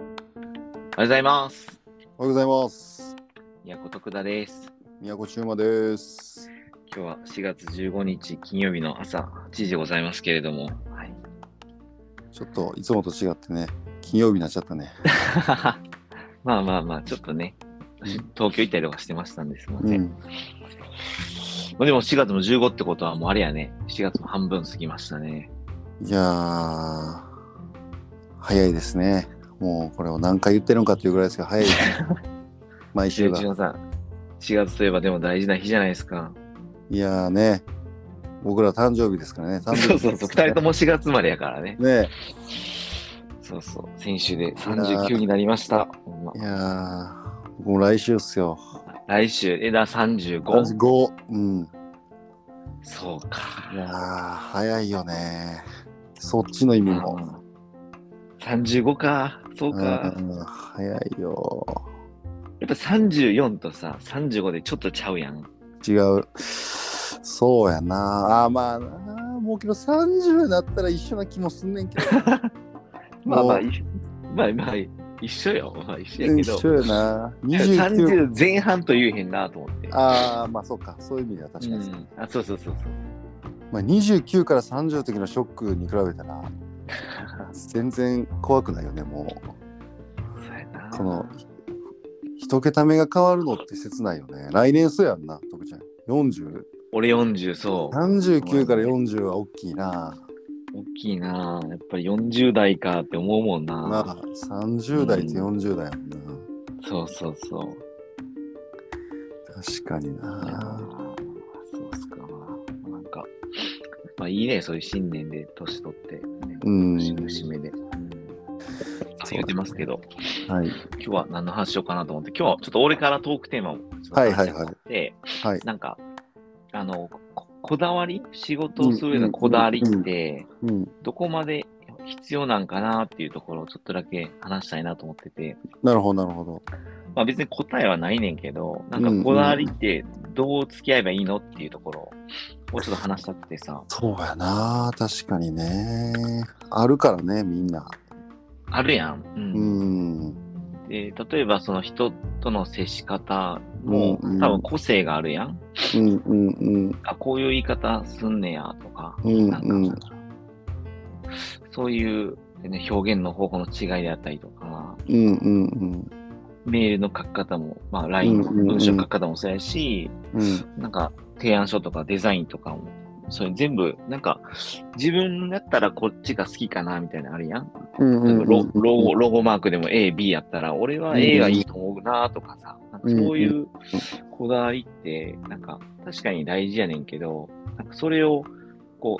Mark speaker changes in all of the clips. Speaker 1: おはようございます。
Speaker 2: おはようございます。
Speaker 1: 宮古徳田です。
Speaker 2: 宮古中馬です。
Speaker 1: 今日は4月15日金曜日の朝8時でございますけれども、はい、
Speaker 2: ちょっといつもと違ってね、金曜日になっちゃっ たね。
Speaker 1: まあまあまあ、ちょっとね、東京行ったりとかしてましたんですもん
Speaker 2: う
Speaker 1: ね。
Speaker 2: ん。
Speaker 1: まあでも4月も15ってことはもうあれやね、4月も半分過ぎましたね。
Speaker 2: いやー、早いですね。もうこれを何回言ってるのかっていうぐらいですが、早いです ね。毎週
Speaker 1: う
Speaker 2: が
Speaker 1: ち。のさん、4月といえばでも大事な日じゃないですか。
Speaker 2: いやーね、僕ら誕生日ですからね。
Speaker 1: そ
Speaker 2: 誕生
Speaker 1: う
Speaker 2: 日
Speaker 1: そうそう、2人とも4月生まれやからね。
Speaker 2: ね。
Speaker 1: そうそう、先週で39になりました。ほんま
Speaker 2: いやー、僕も来週っすよ。
Speaker 1: 来週、えだ35。
Speaker 2: 5。うん。
Speaker 1: そうか
Speaker 2: い。やー、早いよね。そっちの意味も。
Speaker 1: 35か。そうか。
Speaker 2: うん早いよ。
Speaker 1: やっぱ34とさ、35でちょっとちゃうやん。
Speaker 2: 違う。そうやな。あーまあな。もうけど30になったら一緒な気もすんねんけど。
Speaker 1: まあまあ、
Speaker 2: もう
Speaker 1: い まあまあ、一緒よ。まあ一緒やけ
Speaker 2: 一
Speaker 1: ど。
Speaker 2: 緒やな。29。
Speaker 1: 30前半と言えへんなと思って。
Speaker 2: ああ、まあそうか。そういう意味では確かに、
Speaker 1: うんあそうそうそうそう。
Speaker 2: まあ29から30の時のショックに比べたら、全然怖くないよね、も
Speaker 1: そうやな。
Speaker 2: う。この、一桁目が変わるのって切ないよね。来年そうやんな、徳ちゃん。40。
Speaker 1: 俺40、そう。
Speaker 2: 39から40は大きいな。
Speaker 1: 大きいな。やっぱり40代かって思うもんな。
Speaker 2: なあ、30代と40代やもんな。
Speaker 1: そうそうそう。
Speaker 2: 確かに
Speaker 1: いや
Speaker 2: な。
Speaker 1: ーそうっすか。なんか、まあいいね、そういう信念で年取って、ね、
Speaker 2: うん。
Speaker 1: 節目節目で。そう言ってますけど、
Speaker 2: はい。
Speaker 1: 今日は何の話しようかなと思って、今日はちょっと俺からトークテーマを
Speaker 2: はいはいはい
Speaker 1: で、
Speaker 2: はい。
Speaker 1: なんか、あの、ここだわり仕事をするようなこだわり
Speaker 2: うんうん
Speaker 1: っ
Speaker 2: うん
Speaker 1: て、
Speaker 2: うん。
Speaker 1: どこまで必要なんかなっていうところをちょっとだけ話したいなと思ってて、
Speaker 2: なるほど、なるほど。
Speaker 1: まあ別に答えはないねんけど、なん
Speaker 2: うんう
Speaker 1: か
Speaker 2: ん
Speaker 1: こだわりってどう付き合えばいいのっていうところをちょっと話したくてさ、
Speaker 2: そうやな。確かにね。あるからね、みんな。
Speaker 1: あるやん。う
Speaker 2: うんん。
Speaker 1: で例えばその人との接し方も
Speaker 2: うんうん
Speaker 1: 多分個性があるやん。
Speaker 2: うんうんうん。
Speaker 1: あ、こういう言い方すんねやとか、
Speaker 2: うん
Speaker 1: なんか、
Speaker 2: うん。
Speaker 1: そういう、ね、表現の方法の違いであったりとか、
Speaker 2: うんうんうん。
Speaker 1: メールの書き方も、まあ LINE の
Speaker 2: うんうんうん
Speaker 1: 文章の書き方もそうやし、
Speaker 2: うん。
Speaker 1: なんか提案書とかデザインとかも、それ全部、なんか自分だったらこっちが好きかなみたいなのあるやん。
Speaker 2: うん
Speaker 1: 例えばロ
Speaker 2: うん
Speaker 1: ロゴロゴマークでも A、B やったら、俺は A がいいと思うなとかさ、なんかそういうこだわりって、なんか確かに大事やねんけど、なんかそれをこ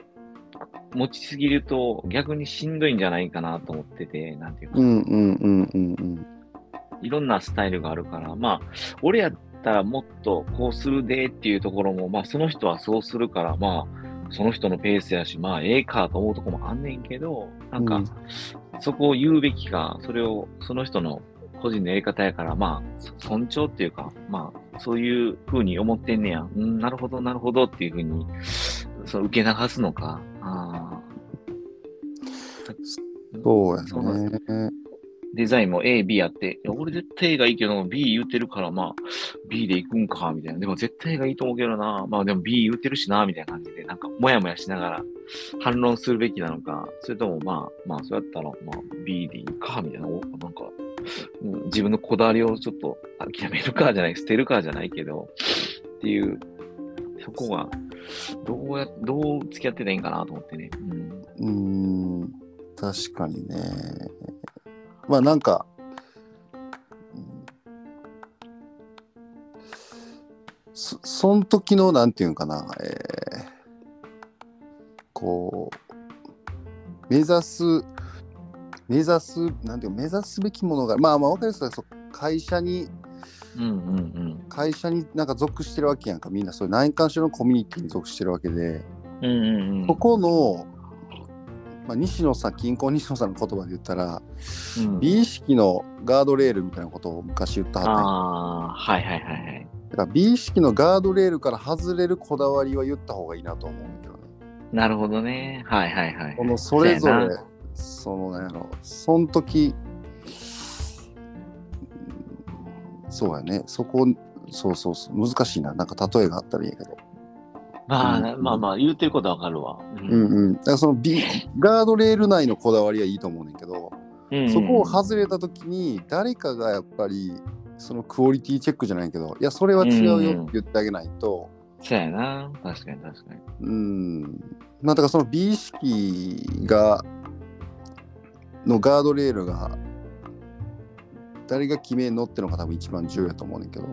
Speaker 1: う、持ちすぎると逆にしんどいんじゃないかなと思ってて、なんていうか、
Speaker 2: うんうんうんうんうん。
Speaker 1: いろんなスタイルがあるから、まあ、俺やったらもっとこうするでっていうところも、まあ、その人はそうするから、まあ、その人のペースやし、まあ、ええかと思うとこもあんねんけど、なんか、
Speaker 2: うん
Speaker 1: そこを言うべきか、それを、その人の個人のやり方やから、まあ、そ尊重っていうか、まあ、そういうふうに思ってんねや。うん、なるほど、なるほどっていうふうに、そう受け流すのか。あー
Speaker 2: そう
Speaker 1: そうなん
Speaker 2: やね。
Speaker 1: デザインも A、B あって、いや俺絶対 A がいいけど、B 言ってるから、まあ、B で行くんか、みたいな。でも絶対 A がいいと思うけどな、まあでも B 言ってるしな、みたいな感じで、なんか、もやもやしながら反論するべきなのか、それともまあ、まあ、そうやったら、まあ、B でいいか、みたいな、おなんか、うん自分のこだわりをちょっと諦めるかじゃない、捨てるかじゃないけど、っていう、そこが、どうや、どう付き合ってたらいいんかなと思ってね。うん。
Speaker 2: うん。確かにね。まあなんか、うんそその時のなんていうんかな、えーこう目指す目指すなんていうの目指すべきものがまあまあ分かりやすくそう会社に
Speaker 1: うんうんうん。
Speaker 2: 会社になんか属してるわけやんかみんなそういう何かしらのコミュニティに属してるわけで
Speaker 1: うんうんうん。
Speaker 2: そこの、まあ、西野さん近郊西野さんの言葉で言ったら
Speaker 1: うん
Speaker 2: 美意識のガードレールみたいなことを昔言ったはったんや
Speaker 1: ああ、はいはいはいはい。
Speaker 2: だから美意識のガードレールから外れるこだわりは言った方がいいなと思うんだけどね。
Speaker 1: なるほどね。はいはいはい。
Speaker 2: このそれ
Speaker 1: そ
Speaker 2: ぞ
Speaker 1: うや
Speaker 2: れ、そのなんやろ、その時、そうやね。そこ、そうそうそう。難しいな。なんか例えがあったらいいけど。
Speaker 1: まあ、
Speaker 2: うん
Speaker 1: まあまあ、言ってることはわかるわ。
Speaker 2: う
Speaker 1: うん
Speaker 2: うん。だからその B、ガードレール内のこだわりはいいと思うねんけど、
Speaker 1: ん
Speaker 2: そこを外れた時に、誰かがやっぱり、そのクオリティチェックじゃないけど、いや、それは違うよって言ってあげないと、
Speaker 1: そうやな。確かに確かに。
Speaker 2: うん。まあ、だからその美意識が、のガードレールが、誰が決めんのってのが多分一番重要やと思うねんけど。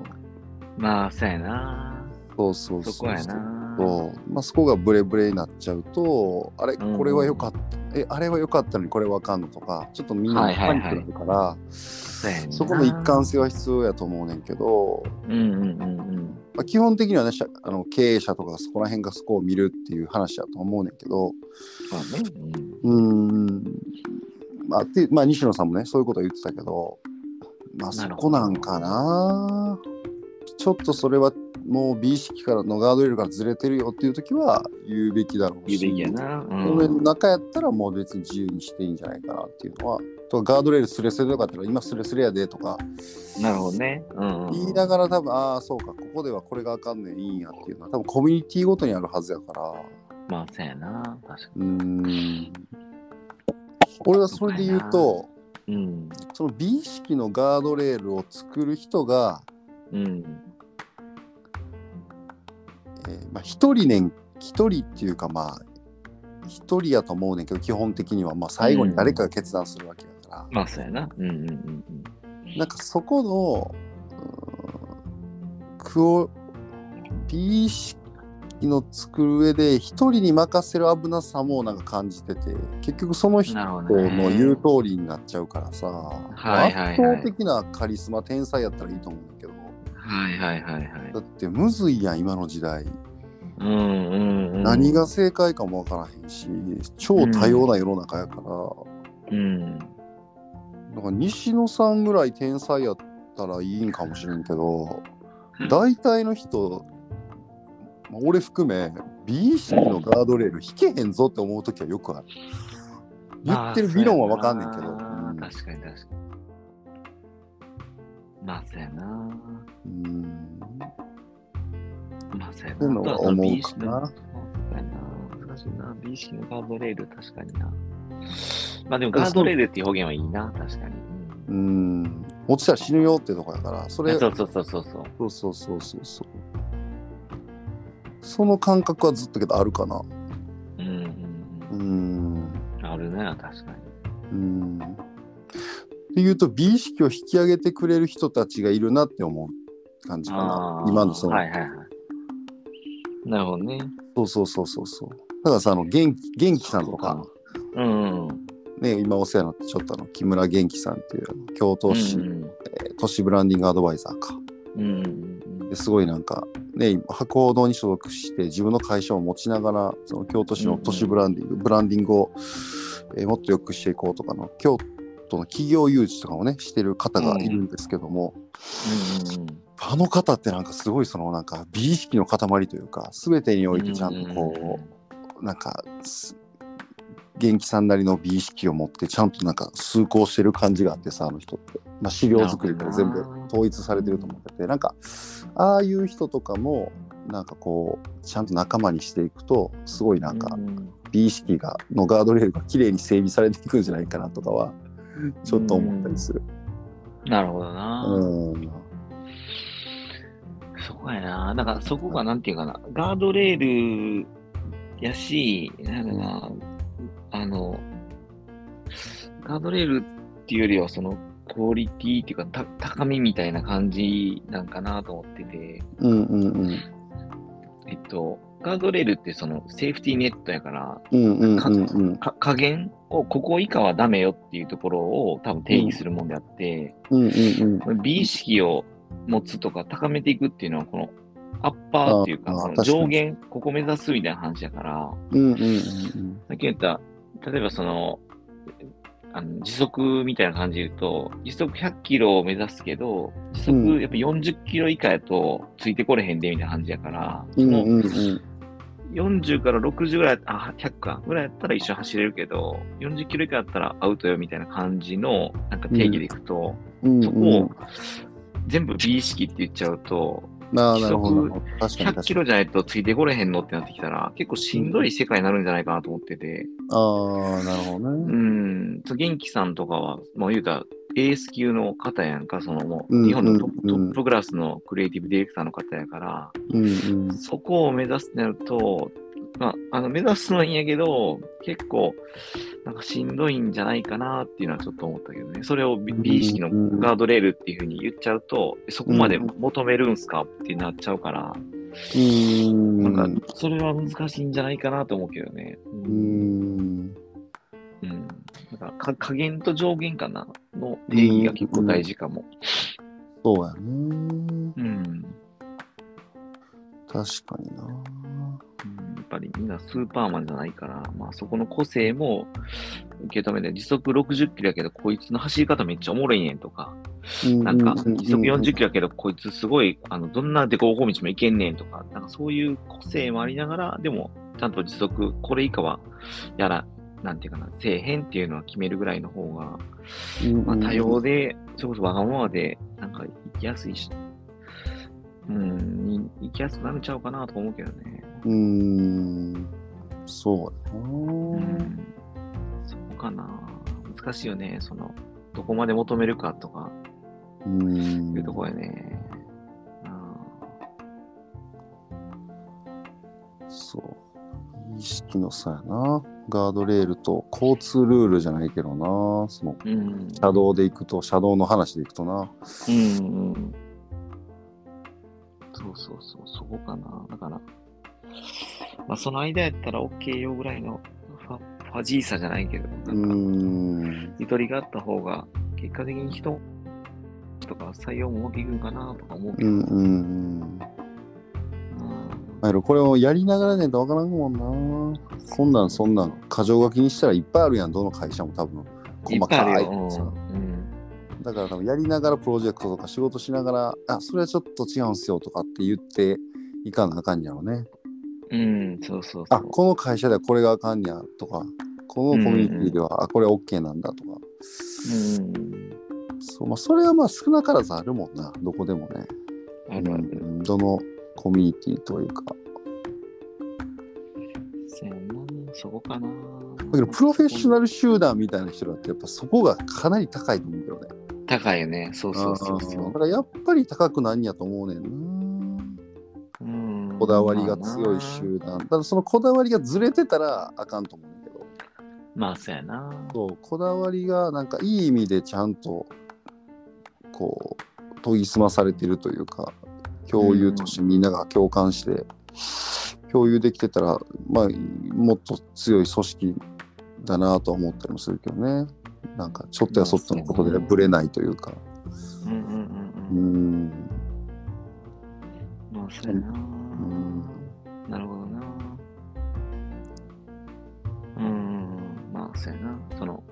Speaker 1: まあ、そうやな。
Speaker 2: そうそう
Speaker 1: そ
Speaker 2: そう
Speaker 1: こやな。
Speaker 2: そうまあ、そこがブレブレになっちゃうとあれ
Speaker 1: うん
Speaker 2: これは良かった、えあれは良かったのにこれわかんのとかちょっとみんな
Speaker 1: はいはいは
Speaker 2: パ
Speaker 1: い
Speaker 2: ニックになるから、
Speaker 1: うやねんな
Speaker 2: そこの一貫性は必要やと思うねんけど、
Speaker 1: うんうんうんうん。
Speaker 2: まあ、基本的にはねしゃあの経営者とかそこら辺がそこを見るっていう話やと思うねんけど
Speaker 1: そうやね。うん
Speaker 2: うーんまあってまあ、西野さんもねそういうことは言ってたけど、まあ、
Speaker 1: な
Speaker 2: そ
Speaker 1: るほ
Speaker 2: こ
Speaker 1: ど
Speaker 2: なんかなちょっとそれはもう美意識からのガードレールからずれてるよっていう時は言うべきだろう
Speaker 1: 言
Speaker 2: し
Speaker 1: うべきやな。う
Speaker 2: それの
Speaker 1: ん。
Speaker 2: 中やったらもう別に自由にしていいんじゃないかなっていうのはとかガードレールすれすれとかやったら今すれすれやでとか
Speaker 1: なるほどね。うんうん。
Speaker 2: 言いながら多分ああそうかここではこれがあかんねんいいんやっていうのは多分コミュニティごとにあるはずやから
Speaker 1: まあ、そうやな。確か
Speaker 2: うーん俺はそれで言うと
Speaker 1: に。うん。
Speaker 2: その美意識のガードレールを作る人が、
Speaker 1: うん。
Speaker 2: えーまあ、一人ねん一人っていうかまあ一人やと思うねんけど基本的にはまあ最後に誰かが決断するわけだから。
Speaker 1: まあ、そうやな。うんうんうんうん。
Speaker 2: なんかそこのうーんクオ美意識の作る上で一人に任せる危なさもなんか感じてて結局その人
Speaker 1: なるほどね。
Speaker 2: の言う通りになっちゃうからさ、
Speaker 1: はいはいはい
Speaker 2: 圧倒的なカリスマ天才やったらいいと思うんだけど
Speaker 1: はいはいはいはい。
Speaker 2: だってむずいやん今の時代、
Speaker 1: うんうんうん。
Speaker 2: 何が正解かもわからへんし超多様な世の中やから。
Speaker 1: うん。
Speaker 2: なんか西野さんぐらい天才やったらいいんかもしれんけど大体の人まあ俺含め美意識のガードレール引けへんぞって思う時はよくある言ってる理論は分かんねんけど、
Speaker 1: まあ確かに確かに。まあそうやな。
Speaker 2: うんうん
Speaker 1: まあそうや
Speaker 2: っての
Speaker 1: な。
Speaker 2: は思うかな
Speaker 1: そうやな。難しいな。美意識のガードレール、確かにな。まあでもガードレールっていう表現はいいな、確かに。うん
Speaker 2: うん落ちたら死ぬよってとこやからそれ
Speaker 1: そうそうそうそうそう。
Speaker 2: そうそうそうそうそうその感覚はずっとけどあるかな
Speaker 1: うんうん
Speaker 2: うん
Speaker 1: うん。あるな、確かに。
Speaker 2: うん。っていうと美意識を引き上げてくれる人たちがいるなって思う感じかな
Speaker 1: あー
Speaker 2: 今のその、
Speaker 1: はいはいはい。なるほどね。
Speaker 2: そうそうそうそうそうだからさあの元気元気さんとか、
Speaker 1: うんうん。
Speaker 2: ね、今お世話になってちょっとあの木村元気さんっていうあの京都市、
Speaker 1: うん
Speaker 2: 都市ブランディングアドバイザーか
Speaker 1: うんうんうんうん。
Speaker 2: ですごいなんか、ね、今博報堂に所属して自分の会社を持ちながらその京都市の都市ブランディング、ブランディングを、えーもっと良くしていこうとかの京都の企業誘致とかをねしてる方がいるんですけども、
Speaker 1: うんうんうん
Speaker 2: あの方ってなんかすごいそのなんか美意識の塊というか全てにおいてちゃんとこうなんかす元気さんなりの美意識を持ってちゃんとなんか崇行してる感じがあってさあの人って、まあ、資料作りから全部統一されてると思っててなんかああいう人とかもなんかこうちゃんと仲間にしていくとすごいなんか
Speaker 1: ううん
Speaker 2: 美意識がのガードレールが綺麗に整備されていくんじゃないかなとかはちょっと思ったりする。
Speaker 1: なるほどな。
Speaker 2: うん
Speaker 1: そこやな。なんかそこがなんていうかな。ガードレールやし、なんかな、あの、ガードレールっていうよりはそのクオリティっていうかた高みみたいな感じなんかなと思ってて、
Speaker 2: うんうんうん
Speaker 1: えっと、ガードレールってそのセーフティーネットやから、
Speaker 2: うんうんうんうん
Speaker 1: か加減をここ以下はダメよっていうところを多分定義するもんであって、
Speaker 2: うんうん
Speaker 1: 美意識を持つとか高めていくっていうのは、このアッパーっていうか、
Speaker 2: あー
Speaker 1: その
Speaker 2: 確かに
Speaker 1: 上限、ここ目指すみたいな話だから、
Speaker 2: うんうんうんうん
Speaker 1: さっき言った、例えばその、あの時速みたいな感じで言うと、時速100キロを目指すけど、時
Speaker 2: う
Speaker 1: 速
Speaker 2: ん
Speaker 1: やっぱ40キロ以下やとついてこれへんでみたいな感じやから、
Speaker 2: う
Speaker 1: そ
Speaker 2: ん
Speaker 1: の
Speaker 2: うんうん
Speaker 1: 40から60ぐらい、あ、100か、ぐらいやったら一緒に走れるけど、40キロ以下やったらアウトよみたいな感じの、なんか定義でいくと、
Speaker 2: うんうん
Speaker 1: そこを全部美意識って言っちゃうと、
Speaker 2: なあ
Speaker 1: 規則
Speaker 2: なるほどなるほど。確か
Speaker 1: 100
Speaker 2: に
Speaker 1: キ
Speaker 2: 確かに。
Speaker 1: ロじゃないとついてこれへんのってなってきたら、結構しんどい世界になるんじゃないかなと思ってて、
Speaker 2: ああ、なるほど
Speaker 1: う
Speaker 2: ね。
Speaker 1: ん、元気さんとかは、もう言うたら、エース級の方やんか、そのも
Speaker 2: うん
Speaker 1: う、日本のトッ
Speaker 2: うん
Speaker 1: プトップクラスのクリエイティブディレクターの方やから、
Speaker 2: うんうん。
Speaker 1: そこを目指すってなると、まあ、あの目指すのはいいんやけど、結構、なんかしんどいんじゃないかなっていうのはちょっと思ったけどね、それを美
Speaker 2: うん
Speaker 1: 美意識のガードレールっていうふうに言っちゃうと、そこまで求めるんすかってなっちゃうから、
Speaker 2: うーん。
Speaker 1: なんか、それは難しいんじゃないかなと思うけどね。う
Speaker 2: うーん。
Speaker 1: うん、だからか加減と上限かなの定義が結構大事かも。
Speaker 2: そうやね。
Speaker 1: うん
Speaker 2: 確かにな。
Speaker 1: うんやっぱりみんなスーパーマンじゃないから、まあ、そこの個性も受け止めて、時速60キロやけど、こいつの走り方めっちゃおもろいねんとか、なんか
Speaker 2: うううう
Speaker 1: 時速40キロやけど、こいつすごい、あのどんなでここ道もいけんねんとか、なんかそういう個性もありながら、でもちゃんと時速これ以下はやら、なんていうかな、せえへんっていうのは決めるぐらいの方が、まあ、多様で、それこそわがままで、なんか生きやすいし、うん、に生きやすくなるんちゃうかなと思うけどね。
Speaker 2: うーん。そうや
Speaker 1: う
Speaker 2: な。
Speaker 1: ん、そこかな。難しいよね、その、どこまで求めるかとか
Speaker 2: うーん
Speaker 1: いうところやね。
Speaker 2: そう。意識の差やな。ガードレールと交通ルールじゃないけどな。その
Speaker 1: うん。うん。
Speaker 2: 車道で行くと、車道の話で行くとな。
Speaker 1: うんうん。そうそうそう、そこかな。だから、まあ、その間やったら OK よぐらいのファファジーさじゃないけど、なんか
Speaker 2: うーん。
Speaker 1: ゆとりがあった方が、結果的に人とか採用もうまくいくんかなとか思うけ
Speaker 2: う
Speaker 1: ど、
Speaker 2: んうん。
Speaker 1: うん
Speaker 2: あのこれをやりながらねとわからんもんな。こんなんそんなん過剰書きにしたらいっぱいあるやん、どの会社も多分。
Speaker 1: いっ
Speaker 2: 細
Speaker 1: ぱいあ
Speaker 2: か
Speaker 1: る
Speaker 2: い
Speaker 1: よ。うん
Speaker 2: だから多分やりながらプロジェクトとか仕事しながら、あ、それはちょっと違うんすよとかって言っていかなあかんやろね。
Speaker 1: うん、うんそうそうそう。
Speaker 2: あ、この会社ではこれがあかんやとか、このコミュニティでは、あ、これ OK なんだとか。
Speaker 1: うん、
Speaker 2: そうまあ、それはまあ少なからずあるもんな、どこでもね。
Speaker 1: あるあ
Speaker 2: う
Speaker 1: る。
Speaker 2: んどのコミュニティというか。
Speaker 1: そやな、そこかな。
Speaker 2: だけど、プロフェッショナル集団みたいな人だって、やっぱそこがかなり高いと思うけどね。
Speaker 1: 高いよね。そうそうそうそ
Speaker 2: うんだ
Speaker 1: う。
Speaker 2: からやっぱり高くなんやと思うねんな。
Speaker 1: うん
Speaker 2: こだわりが強い集団。ただそのこだわりがずれてたらあかんと思うんだけど。
Speaker 1: まあ、そうやな。
Speaker 2: そう、こだわりがなんかいい意味でちゃんと、こう、研ぎ澄まされてるというか、共有としてみんなが共感して、共有できてたら、まあ、もっと強い組織だなとは思ったりもするけどね。なんか、ちょっとやそっとのことでぶれないというか。
Speaker 1: うんうん
Speaker 2: う
Speaker 1: うんうん。
Speaker 2: ん。
Speaker 1: まあ、そうやな。
Speaker 2: うん
Speaker 1: なるほどな。うーん、まあ、そうやな。その、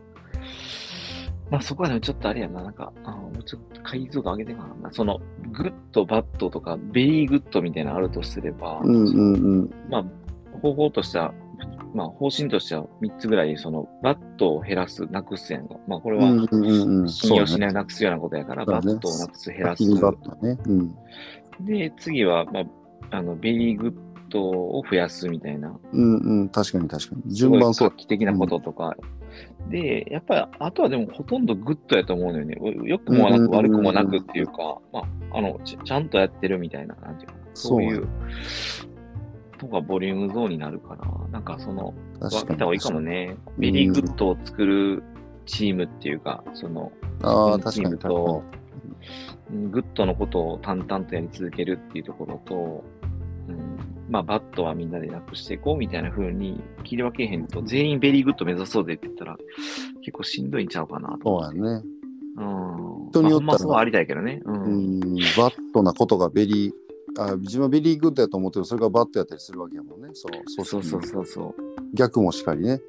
Speaker 1: まあそこはでもちょっとあれやな、なんか、あもうちょっと解像度上げてかな。その、グッド、バッドとか、ベリーグッドみたいなのあるとすれば、
Speaker 2: うんうんうん
Speaker 1: まあ、方法としては、まあ、方針としては3つぐらい、その、バッドを減らす、なくすやんか。まあ、これ
Speaker 2: う
Speaker 1: は
Speaker 2: んうんうん。
Speaker 1: 信用
Speaker 2: そ
Speaker 1: し
Speaker 2: うね
Speaker 1: ない、なくすようなことやから、
Speaker 2: そうだ
Speaker 1: バ
Speaker 2: ね
Speaker 1: ッドをなくす、減らす。
Speaker 2: 先にバットね。うん。
Speaker 1: で、次は、まあ、あの、ベリーグッドを増やすみたいな。
Speaker 2: うんうん。確かに確かに。順番そう
Speaker 1: すごい画。期的なこととか。で、やっぱり、あとはでもほとんどグッドやと思うのよね。良くもな
Speaker 2: う
Speaker 1: く
Speaker 2: んうんうんう
Speaker 1: 悪
Speaker 2: ん
Speaker 1: くもなくっていうか、まあ、あのち、ちゃんとやってるみたいな、なんていうか、そうい、
Speaker 2: そう
Speaker 1: とかボリュームゾーンになるから、なんかその、分
Speaker 2: 確か
Speaker 1: け
Speaker 2: に。
Speaker 1: た方がいいかもね。ベリーグッドを作るチームっていうか、その、
Speaker 2: ああ、
Speaker 1: チ
Speaker 2: 確
Speaker 1: ー
Speaker 2: か
Speaker 1: ム
Speaker 2: に。
Speaker 1: と、グッドのことを淡々とやり続けるっていうところと、うん、まあ、バットはみんなでなくしていこうみたいな風に切り分けへんと、全員ベリーグッド目指そうぜって言ったら、結構しんどいんちゃうかなと
Speaker 2: そう
Speaker 1: 思っ
Speaker 2: や
Speaker 1: て。
Speaker 2: ね。
Speaker 1: うん。
Speaker 2: 人によ
Speaker 1: まあ、ほ
Speaker 2: ったら
Speaker 1: んまそうありたいけどね。うん。
Speaker 2: うん。バットなことがベリー、あ自分はベリーグッドやと思ってるそれがバットやったりするわけやもんね。その組織
Speaker 1: そうそうそうそう。
Speaker 2: 逆もしかりね。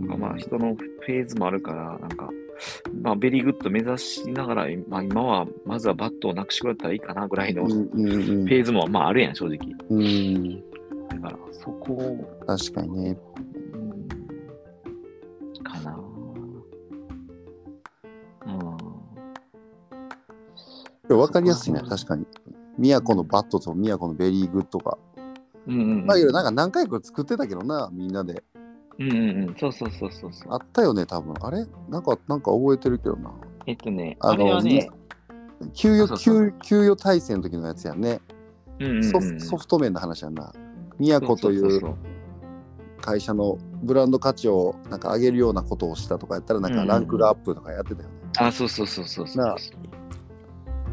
Speaker 2: うん
Speaker 1: まあ、人のフェーズもあるから、なんか、まあ、ベリーグッド目指しながら、まあ、今は、まずはバットをなくしてくれたらいいかなぐらいの
Speaker 2: うん
Speaker 1: フ
Speaker 2: うんう
Speaker 1: ェ
Speaker 2: ん
Speaker 1: ーズも、まあ、あるやん、正直。
Speaker 2: うん。
Speaker 1: だから、そこを、
Speaker 2: 確かにね。
Speaker 1: うんかなぁ。うん。
Speaker 2: や分かりやすいね
Speaker 1: そ、うか
Speaker 2: 確かに。宮古のバットと宮古のベリーグッドが。
Speaker 1: うんうんうん。
Speaker 2: だけど、なんか何回か作ってたけどな、みんなで。
Speaker 1: うんうんうん。そうそうそうそうそう。
Speaker 2: あったよね、多分。あれなんか、なんか覚えてるけどな。
Speaker 1: えっとね、
Speaker 2: あの
Speaker 1: あれはね、
Speaker 2: 給与
Speaker 1: そうそうそう
Speaker 2: 給給与体制の時のやつやんね。
Speaker 1: うんうんうん
Speaker 2: ソフソフト面の話やんな。宮古という
Speaker 1: そう
Speaker 2: 会社のブランド価値をなんか上げるようなことをしたとかやったらなん
Speaker 1: うん
Speaker 2: か
Speaker 1: うん
Speaker 2: ランクがアップとかやってたよね。
Speaker 1: そうそうそうあ、そうそうそうそうそう。
Speaker 2: なあ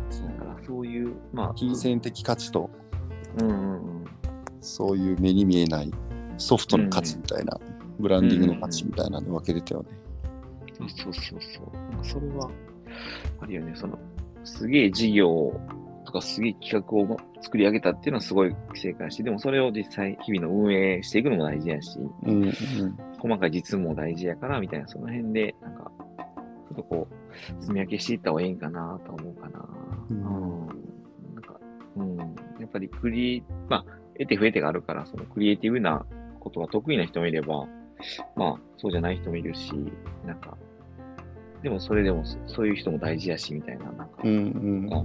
Speaker 1: そうだからそういう、まあ、
Speaker 2: 金銭的価値と
Speaker 1: うんうんうん。
Speaker 2: そういう目に見えないソフトの価値みたいな、ブランディングの価値みたいなの分けれたよね。
Speaker 1: そうそうそうそう。なんかそれは、あるよね、その、すげえ事業とかすげえ企画を作り上げたっていうのはすごい正解やし、でもそれを実際日々の運営していくのも大事やし、
Speaker 2: うんうん
Speaker 1: 細かい実務も大事やから、みたいな、その辺で、なんか、ちょっとこう、積み分けしていった方がいいんかなとは思うかな。
Speaker 2: うん
Speaker 1: うんなんか、うん。やっぱりクリ、まあ、得て増えてがあるから、そのクリエイティブなことが得意な人もいれば、まあ、そうじゃない人もいるし、なんか、でもそれでもそ、そういう人も大事やし、みたいな、なんか、
Speaker 2: うん
Speaker 1: あ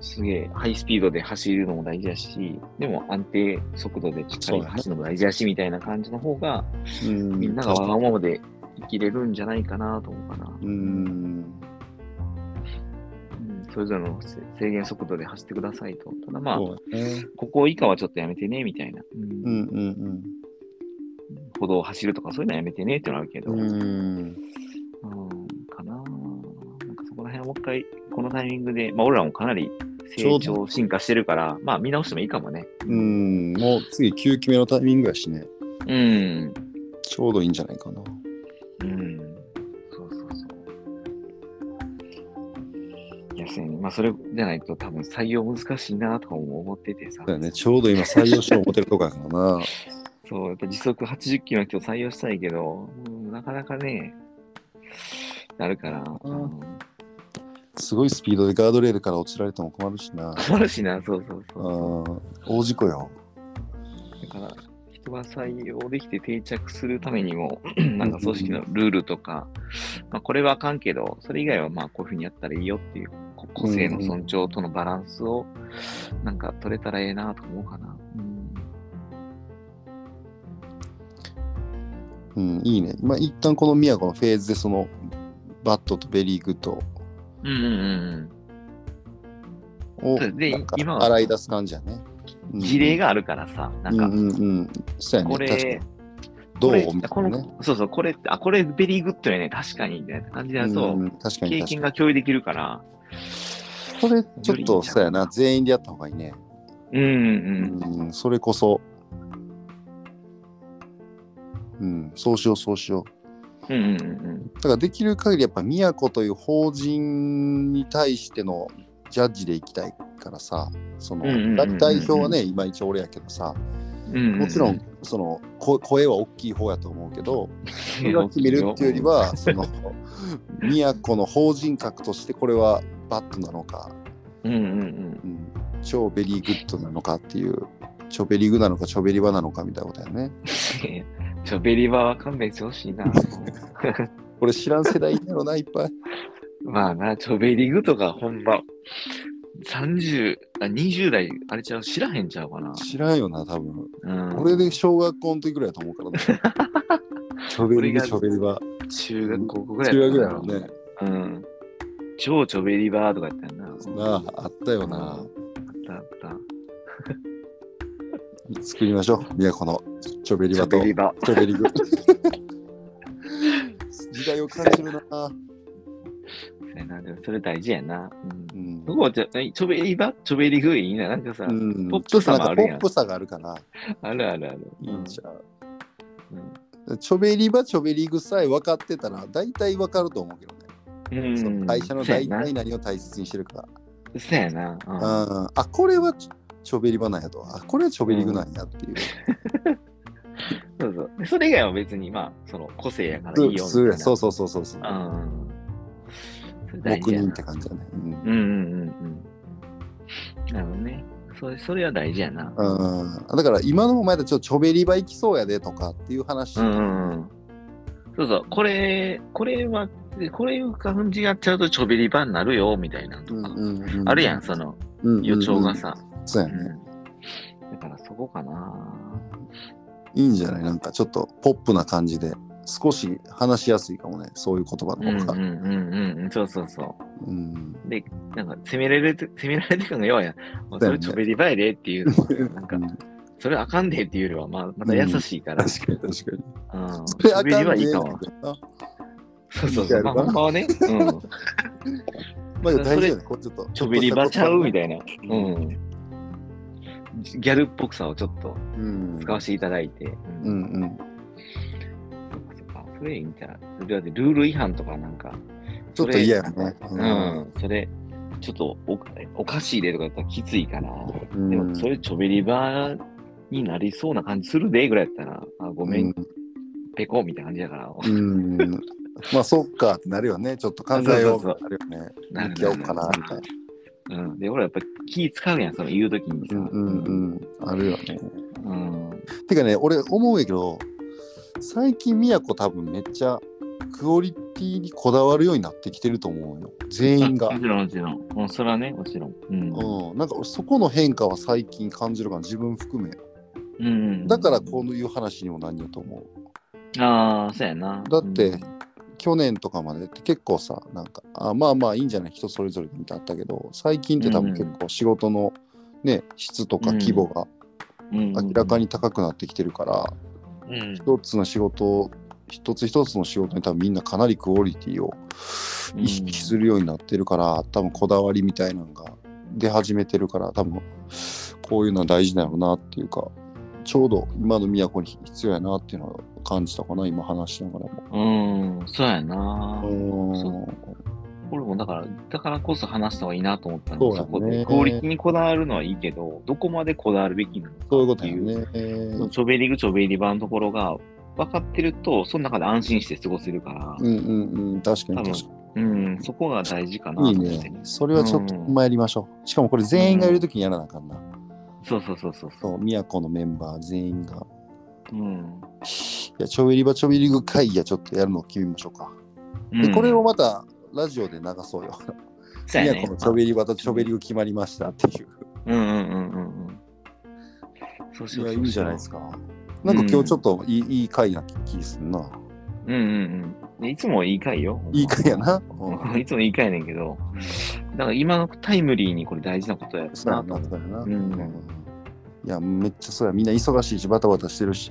Speaker 1: すすげえハイスピードで走るのも大事やし、でも安定速度でしっかり走るのも大事やし、みたいな感じの方が、
Speaker 2: うんうん
Speaker 1: みんながわがままで生きれるんじゃないかなと思うかな。
Speaker 2: うん
Speaker 1: うん、それぞれのせ制限速度で走ってくださいと。ただまあ、
Speaker 2: そうだね
Speaker 1: ここ以下はちょっとやめてね、みたいな。うん
Speaker 2: うんうん
Speaker 1: 歩道を走るとかそういうのはやめてねってのはあるけど、
Speaker 2: うんうん
Speaker 1: うんかなぁなんかそこら辺はもう一回、このタイミングで、まあ俺らもかなり成
Speaker 2: ちょう
Speaker 1: 長、進化してるから、まあ見直してもいいかもね。
Speaker 2: うんもう次9期目のタイミングやしね
Speaker 1: うん。
Speaker 2: ちょうどいいんじゃないかな
Speaker 1: うん。そうそうそう。いや、そうやねまあそれじゃないと多分採用難しいなとかも思っててさ
Speaker 2: だ。よねちょうど今採用しよう思ってるとこやからな
Speaker 1: そう、やっぱ時速80キロの人を採用したいけど、うんなかなかね、なるから、うん、
Speaker 2: すごいスピードでガードレールから落ちられても困るしな
Speaker 1: 困るしな、そうそう
Speaker 2: あ
Speaker 1: そう。
Speaker 2: ー大事故よ
Speaker 1: だから、人が採用できて定着するために も、なんか組織のルールとか、まあ、これはあかんけど、それ以外はまあこういうふうにやったらいいよっていう、こ個性の尊重とのバランスを、なんか取れたらええなと思うかな。うん
Speaker 2: うんいいねまあ一旦この宮古のフェーズでそのバットとベリーグッド
Speaker 1: うんうんうん
Speaker 2: を
Speaker 1: そうで
Speaker 2: なんか
Speaker 1: 今は
Speaker 2: 洗い出す感じやね
Speaker 1: うん。事例
Speaker 2: が
Speaker 1: があるからさ、な
Speaker 2: うんん
Speaker 1: か、
Speaker 2: うんうんそうやね
Speaker 1: こ
Speaker 2: 確か
Speaker 1: れ
Speaker 2: に、ど
Speaker 1: こ
Speaker 2: う
Speaker 1: れ
Speaker 2: みたいなね
Speaker 1: このそうそう、これって、あ、これベリーグッドやね、確かに、みたいな感じだと、
Speaker 2: うんうん確かに
Speaker 1: 経
Speaker 2: 確か
Speaker 1: 験
Speaker 2: に
Speaker 1: が共有できるから、
Speaker 2: これちょっとそうやな全員でやった方がいいね
Speaker 1: うんうんうん。
Speaker 2: うん、それこそ。うん、そうしよう、そうしよう。
Speaker 1: うんうんうん
Speaker 2: だからできる限りやっぱ宮古という法人に対してのジャッジでいきたいからさ、その
Speaker 1: うんうんうんうん
Speaker 2: 代代表はね、今一応俺やけどさ、
Speaker 1: うんうんうん。
Speaker 2: もちろんそのこ声は大きい方やと思うけど、それが決めるっていうよりは、その宮古の法人格としてこれはバットなのか、
Speaker 1: うんうんうん。
Speaker 2: うん、超ベリーグッドなのかっていう、超ベリーグなのか超ベリバなのかみたいなことやね。
Speaker 1: ちょ、ベリバーは勘弁してほしいな。
Speaker 2: これ知らん世代いんやろな、いっぱい。
Speaker 1: まあな、ちょ、ベリグとかほんま、30、あ20代、あれちゃう、知らへんちゃうかな。
Speaker 2: 知らんよな、多分。
Speaker 1: うん、
Speaker 2: 俺で小学校の時ぐらいやと思うから な。ちょべり
Speaker 1: 俺
Speaker 2: が
Speaker 1: が
Speaker 2: ちょべりは。
Speaker 1: 中学校ぐらい
Speaker 2: 中
Speaker 1: やっ
Speaker 2: 学
Speaker 1: た
Speaker 2: ぐ
Speaker 1: から
Speaker 2: いのね。
Speaker 1: うん。超ちょベリバーとかやったよな。あ
Speaker 2: なあ、あったよな。
Speaker 1: ったあった。
Speaker 2: 作りましょう。都のちょべりはと
Speaker 1: ベリバー。
Speaker 2: ちょべ りぐ。時代を感じるな。
Speaker 1: そうやなでもそれ大事やな。うん
Speaker 2: うん
Speaker 1: 僕はじゃえちょべりばちょべり食いいな。なんかさ、
Speaker 2: うん
Speaker 1: ポップさもあるやん
Speaker 2: ちょっとなんかポップさがあるから、
Speaker 1: あるあるある。
Speaker 2: いいんちゃう。
Speaker 1: うん
Speaker 2: ちょべりはちょべりぐさえ分かってたら、大体分かると思うけどね。
Speaker 1: うん
Speaker 2: その会社の大
Speaker 1: そうや
Speaker 2: 体何を大切にしてるか。
Speaker 1: な。そうやな。うん
Speaker 2: あーあこれはちょちょべりばなんやとあこれはちょべりぐなんやっていう、
Speaker 1: そうそうでそれ以外は別に、まあ、その個性やからい
Speaker 2: 普
Speaker 1: いよみたい
Speaker 2: 通
Speaker 1: な。
Speaker 2: やそうそうそうそうそう
Speaker 1: うん。それ大
Speaker 2: 黙
Speaker 1: 事や
Speaker 2: 認
Speaker 1: な
Speaker 2: って感じだねうん
Speaker 1: うんうんうんうん。なるほどね。それそれは大事やな。
Speaker 2: うんだから今のお前たちょっとちょべりばいきそうやでとかっていう話
Speaker 1: うんうんうん。そうそう、これ、これは、これいう感じやっちゃうとちょびりばになるよ、みたいなとか。あるやん、その
Speaker 2: うん
Speaker 1: 予兆が。さ。
Speaker 2: そうや
Speaker 1: う
Speaker 2: ね。
Speaker 1: んだからそこかな。
Speaker 2: いいんじゃないなんかちょっとポップな感じで少し話しやすいかもねそういう言葉
Speaker 1: うんうん
Speaker 2: の方
Speaker 1: う
Speaker 2: が。
Speaker 1: んうん、そうそうそ
Speaker 2: うん
Speaker 1: う。で、なんか、責められて、責められて感が弱いやん。まあそれちょびりばいでっていうのは、なんか
Speaker 2: う、ん
Speaker 1: それあかんでっていうよりは、まあ、また優しいから。
Speaker 2: 確かに確かに。
Speaker 1: うん。
Speaker 2: それあ
Speaker 1: ちょび
Speaker 2: か
Speaker 1: りば
Speaker 2: ん
Speaker 1: いい
Speaker 2: ね
Speaker 1: かも。そうそう
Speaker 2: いい
Speaker 1: そ
Speaker 2: や
Speaker 1: う。
Speaker 2: ろ
Speaker 1: まあ、ほんまはね。うん。
Speaker 2: まあでも大事
Speaker 1: そ
Speaker 2: よ
Speaker 1: れ
Speaker 2: ね。こうちょっと。
Speaker 1: ちょびりばちゃうみたいな。
Speaker 2: う
Speaker 1: うん。ギャルっぽくさをちょっと
Speaker 2: うん。
Speaker 1: 使わせていただいて。
Speaker 2: う。んうん。
Speaker 1: そっかそっかそれいいんちゃうそれだってルール違反とかなんか。
Speaker 2: ちょっと嫌やね。
Speaker 1: うん。それ、ちょっとおお菓子入れとかやったらきついかな。
Speaker 2: うん
Speaker 1: でも、それちょびりばになりそうな感じするでぐらいやったら、あごめん、。ペコみたいな感じだから。
Speaker 2: うん。うんまあそっかってなるよね。ちょっと考えよう
Speaker 1: そうそうそ
Speaker 2: なるよね。
Speaker 1: な
Speaker 2: 向き合おうかなみたいな。
Speaker 1: うん。で、俺やっぱ気使うやん、その言うときにさ。
Speaker 2: うんうんうん。あるよね。
Speaker 1: うん。
Speaker 2: てかね俺思うんやけど最近宮古多分めっちゃクオリティにこだわるようになってきてると思うよ全員が
Speaker 1: も、ちろん、もちろん。うん、それはね、もちろん。うん。
Speaker 2: うん、なんか俺そこの変化は最近感じるから自分含め
Speaker 1: うんうん
Speaker 2: だからこういう話にもなんやと思う
Speaker 1: ああ、そうやな。
Speaker 2: だって
Speaker 1: うん
Speaker 2: 去年とかまでって結構さなんかあまあまあいいんじゃない人それぞれみたいなのあったけど最近って多分結構仕事のね質とか規模が明らかに高くなってきてるから、
Speaker 1: うん
Speaker 2: 一つの仕事を一つ一つの仕事に多分みんなかなりクオリティを
Speaker 1: うん
Speaker 2: 意識するようになってるから、多分こだわりみたいなのが出始めてるから多分こういうのは大事だよなっていうかちょうど今の都に必要やなっていうのは感じたかな今話しながらも。
Speaker 1: うん、そうやな。
Speaker 2: うん
Speaker 1: 俺もだから、だからこそ話した方がいいなと思ったの
Speaker 2: そうだ
Speaker 1: そ
Speaker 2: ね
Speaker 1: こで。クオリティにこだわるのはいいけど、どこまでこだわるべきなのか
Speaker 2: そういうこと
Speaker 1: っ
Speaker 2: や
Speaker 1: ていう
Speaker 2: ね。
Speaker 1: そのちょべりぐちょべりばのところが分かってると、その中で安心して過ごせるから、
Speaker 2: うんうんうん確かに
Speaker 1: 多分
Speaker 2: 確か
Speaker 1: うん、そこが大事かなと
Speaker 2: に。いい
Speaker 1: 思って。
Speaker 2: ね。それはちょっとほんまやりましょう。しかもこれ全員がいるときにやらなあかんな。
Speaker 1: そうそうそうそう。
Speaker 2: そう、都のメンバー全員が。
Speaker 1: うん。
Speaker 2: いや、ちょびりばちょびりぐ会議やちょっとやるのを決めましょうか。
Speaker 1: う
Speaker 2: で、
Speaker 1: ん
Speaker 2: これを、またラジオで流そうよ。
Speaker 1: そう
Speaker 2: い
Speaker 1: や
Speaker 2: や、
Speaker 1: ね
Speaker 2: このちょびりばとちょびりぐ決まりましたっていう。
Speaker 1: うんうんうんうんうん。そうし
Speaker 2: い
Speaker 1: よう
Speaker 2: や、い
Speaker 1: そ
Speaker 2: いん
Speaker 1: うし
Speaker 2: じ
Speaker 1: よう
Speaker 2: ゃないですか。なんか今日ちょっといい,、いい回な気すんな。
Speaker 1: うんうんうん。いつもいい回よ。
Speaker 2: いい回やな。
Speaker 1: う。
Speaker 2: うん ん
Speaker 1: いつもいい回やねんけど、なんか今のタイムリーにこれ大事なことや
Speaker 2: そう
Speaker 1: な
Speaker 2: や
Speaker 1: と
Speaker 2: な、
Speaker 1: 思っ
Speaker 2: そうやな。
Speaker 1: うん
Speaker 2: いや、めっちゃそうや。みんな忙しいし、バタバタしてるし、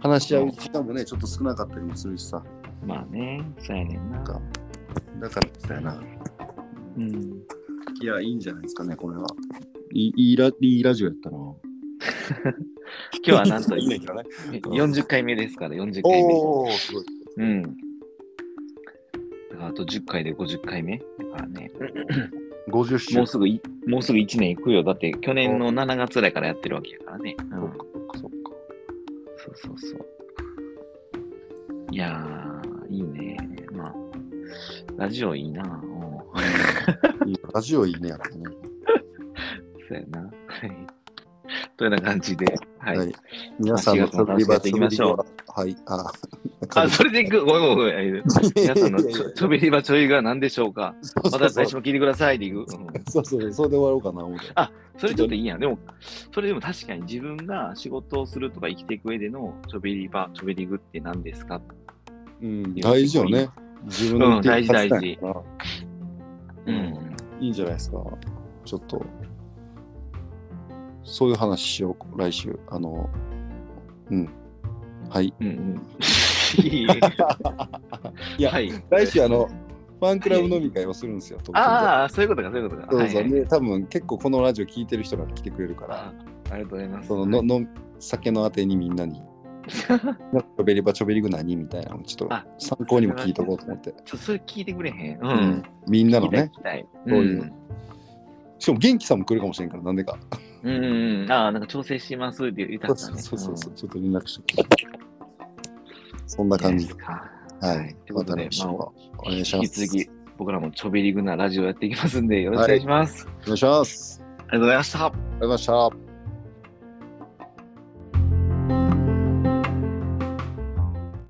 Speaker 2: 話し合う時間もね、ちょっと少なかったりもするしさ。
Speaker 1: まあね、そうやねんな。
Speaker 2: かだから、そうやな。
Speaker 1: うん。
Speaker 2: いや、いいんじゃないですかね、これは。いいいいラいいラジオやったな。今
Speaker 1: 今日はなんと
Speaker 2: いいね んけどね。
Speaker 1: 40回目ですから、40回目。
Speaker 2: おお、すごい。
Speaker 1: うん。だからあと10回で50回目だからね、
Speaker 2: 50
Speaker 1: もう
Speaker 2: 周
Speaker 1: すぐい、もうすぐ1年いくよ。だって去年の7月ぐらいからやってるわけやからね。うん
Speaker 2: そっかそっか
Speaker 1: そうそうそう。いやー、いいね。まあ、ラジオいいな。うん
Speaker 2: いいよラジオいいねやっぱね。
Speaker 1: そうやな。はい。というような感じで。 はい。
Speaker 2: はい皆さん
Speaker 1: 4
Speaker 2: の
Speaker 1: 月も楽しみにやっていきましょ
Speaker 2: う。はい。あ、
Speaker 1: あ、それでいく。ごめんごめんごめん。皆さんの
Speaker 2: いやいや
Speaker 1: ち
Speaker 2: いや
Speaker 1: ょちょびりばちょいが何でしょうか
Speaker 2: そう
Speaker 1: また
Speaker 2: そうそう
Speaker 1: 最初も聞いてくださいでい く。うん
Speaker 2: そうそう、それで終わろうかな、思って。
Speaker 1: それちょっといいやん。でも、それでも確かに自分が仕事をするとか生きていく上でのちょびりば、ちょびりぐって何ですか
Speaker 2: うん、大事よね。自分の
Speaker 1: うん大事大事
Speaker 2: 生き方やから。うん。いいんじゃないですか。ちょっと、そういう話しよう、来週。あの、うん。はい。
Speaker 1: うん うん。
Speaker 2: いや
Speaker 1: はい。
Speaker 2: 来週、あの、ファンクラブ飲み会をするん ですよ。東京で
Speaker 1: ああ、そういうことか、そういうことか。
Speaker 2: そう
Speaker 1: はい
Speaker 2: そ
Speaker 1: は
Speaker 2: う
Speaker 1: い
Speaker 2: ね、多分結構このラジオ聞いてる人が来てくれるから
Speaker 1: あ、ありがとうございます。
Speaker 2: そののの酒のあてにみんなに、なんかちょべりばちょべりぐ何みたいなのをちょっと
Speaker 1: あ
Speaker 2: 参考にも聞いとこうと思って、
Speaker 1: ちょっとそれ聞いてくれへん。う。
Speaker 2: うんみんなの
Speaker 1: 聞きたい
Speaker 2: ね
Speaker 1: 聞、きたい。
Speaker 2: そういう
Speaker 1: うん
Speaker 2: しかも元気さんも来るかもしれんから、なんでか。
Speaker 1: うんうんうん、ああ、なんか調整しますって言った
Speaker 2: そ
Speaker 1: ん
Speaker 2: う
Speaker 1: だね。
Speaker 2: そうそうそう、
Speaker 1: ん
Speaker 2: ちょっと連絡してそんな感じ
Speaker 1: いいですか。
Speaker 2: はい
Speaker 1: と。いうこと
Speaker 2: また
Speaker 1: で
Speaker 2: 来週はお願いし
Speaker 1: 引
Speaker 2: ま
Speaker 1: き
Speaker 2: す。
Speaker 1: 続き、僕らもちょびりぐなラジオやっていきますんで、よろしくお願いします。
Speaker 2: お願いします。
Speaker 1: ありがとうございました。
Speaker 2: ありがとうございました。